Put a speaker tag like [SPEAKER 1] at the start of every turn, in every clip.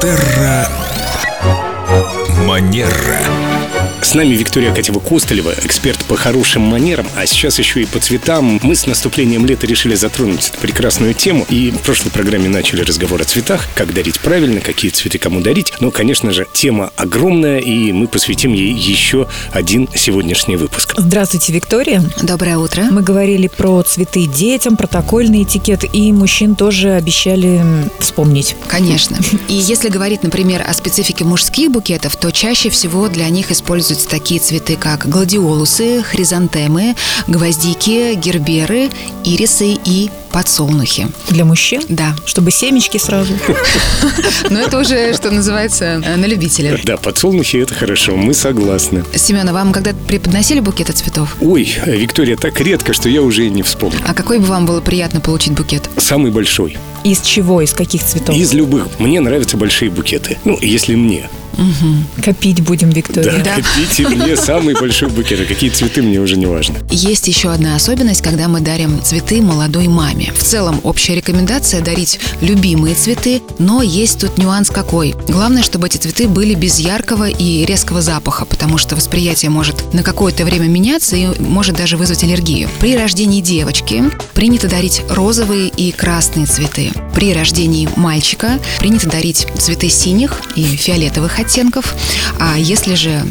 [SPEAKER 1] Терра Манера.
[SPEAKER 2] С нами Виктория Катева Костолева, эксперт по хорошим манерам, а сейчас еще и по цветам. Мы с наступлением лета решили затронуть эту прекрасную тему, и в прошлой программе начали разговор о цветах, как дарить правильно, какие цветы кому дарить. Но, конечно же, тема огромная, и мы посвятим ей еще один сегодняшний выпуск.
[SPEAKER 3] Здравствуйте, Виктория.
[SPEAKER 4] Доброе утро.
[SPEAKER 3] Мы говорили про цветы детям, протокольный этикет, и мужчин тоже обещали вспомнить.
[SPEAKER 4] Конечно. И если говорить, например, о специфике мужских букетов, то чаще всего для них используются такие цветы, как гладиолусы, хризантемы, гвоздики, герберы, ирисы и подсолнухи.
[SPEAKER 3] Для мужчин?
[SPEAKER 4] Да.
[SPEAKER 3] Чтобы семечки сразу.
[SPEAKER 4] Но это уже, что называется, э, на любителя.
[SPEAKER 2] Да, подсолнухи – это хорошо, мы согласны.
[SPEAKER 4] Семена, вам когда преподносили букеты цветов?
[SPEAKER 2] Ой, э, Виктория, так редко, что я уже и не вспомню.
[SPEAKER 4] А какой бы вам было приятно получить букет?
[SPEAKER 2] Самый большой.
[SPEAKER 3] Из чего, из каких цветов?
[SPEAKER 2] Из любых. Мне нравятся большие букеты. Ну, если мне.
[SPEAKER 3] Копить будем, Виктория.
[SPEAKER 2] Да, купите мне самый большой букет. А какие цветы, мне уже не важно.
[SPEAKER 4] Есть еще одна особенность, когда мы дарим цветы молодой маме. В целом, общая рекомендация – дарить любимые цветы, но есть тут нюанс какой. Главное, чтобы эти цветы были без яркого и резкого запаха, потому что восприятие может на какое-то время меняться и может даже вызвать аллергию. При рождении девочки принято дарить розовые и красные цветы. При рождении мальчика принято дарить цветы синих и фиолетовых оттенков. А если же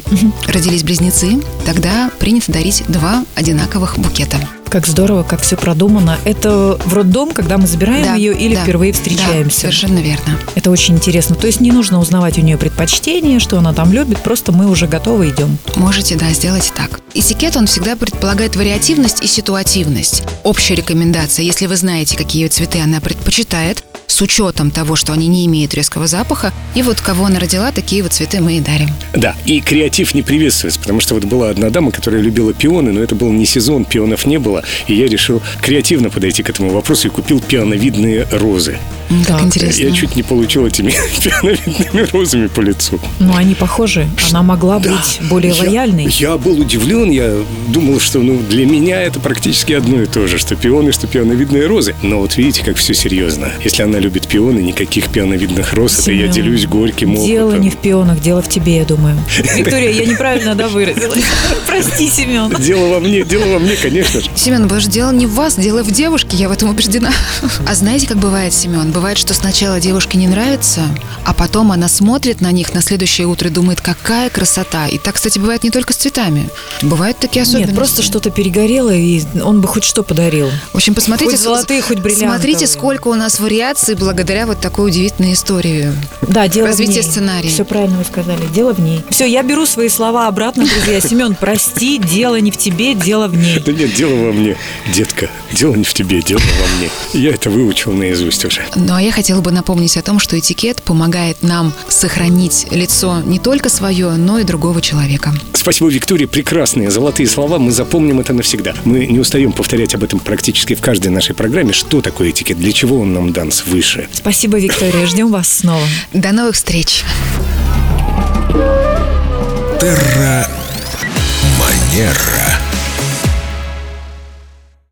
[SPEAKER 4] родились близнецы, тогда принято дарить два одинаковых букета.
[SPEAKER 3] Как здорово, как все продумано. Это в роддом, когда мы забираем
[SPEAKER 4] Да,
[SPEAKER 3] ее или
[SPEAKER 4] да,
[SPEAKER 3] впервые
[SPEAKER 4] да,
[SPEAKER 3] встречаемся.
[SPEAKER 4] совершенно верно.
[SPEAKER 3] Это очень интересно. То есть не нужно узнавать у нее предпочтения, что она там любит, просто мы уже готовы идем.
[SPEAKER 4] Можете, да, сделать так. Этикет, он всегда предполагает вариативность и ситуативность. Общая рекомендация, если вы знаете, какие цветы она предпочитает, с учетом того, что они не имеют резкого запаха, и вот кого она родила, такие вот цветы мы и дарим.
[SPEAKER 2] Да, и креатив не приветствуется, потому что вот была одна дама, которая любила пионы, но это был не сезон, пионов не было, и я решил креативно подойти к этому вопросу и купил пионовидные розы.
[SPEAKER 4] М, Как
[SPEAKER 3] Так,
[SPEAKER 4] интересно.
[SPEAKER 2] Я чуть не получил этими пионовидными розами по лицу.
[SPEAKER 3] Но Ну, они похожи. Она могла быть более
[SPEAKER 2] я,
[SPEAKER 3] лояльной.
[SPEAKER 2] Я был удивлен, я думал, что ну, для меня это практически одно и то же, что пионы, что пионовидные розы. Но вот видите, как все серьезно. Если она любит пионы, никаких пионовидных роз, это я
[SPEAKER 3] Семен,
[SPEAKER 2] делюсь горьким
[SPEAKER 3] Дело
[SPEAKER 2] опытом.
[SPEAKER 3] не в пионах, дело в тебе, я думаю. Виктория, я неправильно, да, выразилась? Прости, Семен.
[SPEAKER 2] Дело во мне, дело во мне, конечно же.
[SPEAKER 4] Семен, вы же дело не в вас, дело в девушке, я в этом убеждена. А знаете, как бывает, Семен? Бывает, что сначала девушке не нравится, а потом она смотрит на них на следующее утро и думает, какая красота. И так, кстати, бывает не только с цветами. Бывают такие особенности.
[SPEAKER 3] Нет, просто что-то перегорело, и он бы хоть что подарил.
[SPEAKER 4] В общем, посмотрите,
[SPEAKER 3] Хоть золотые, хоть бриллиантовые.
[SPEAKER 4] Смотрите, сколько у нас вариаций благодаря вот такой удивительной истории.
[SPEAKER 3] Да, дело
[SPEAKER 4] Развитие
[SPEAKER 3] в ней.
[SPEAKER 4] сценария.
[SPEAKER 3] Все правильно вы сказали. Дело в ней. Все, я беру свои слова обратно, друзья. Семен, прости, дело не в тебе, дело в ней.
[SPEAKER 2] Да нет, дело во мне, детка. Дело не в тебе, дело во мне. Я это выучил наизусть уже.
[SPEAKER 4] Ну а я хотела бы напомнить о том, что этикет помогает нам сохранить лицо не только свое, но и другого человека.
[SPEAKER 2] Спасибо, Виктория. Прекрасные золотые слова. Мы запомним это навсегда. Мы не устаем повторять об этом практически в каждой нашей программе. Что такое этикет? Для чего он нам дан свыше?
[SPEAKER 3] Спасибо, Виктория. Ждем вас снова.
[SPEAKER 4] До новых встреч!
[SPEAKER 1] Манера.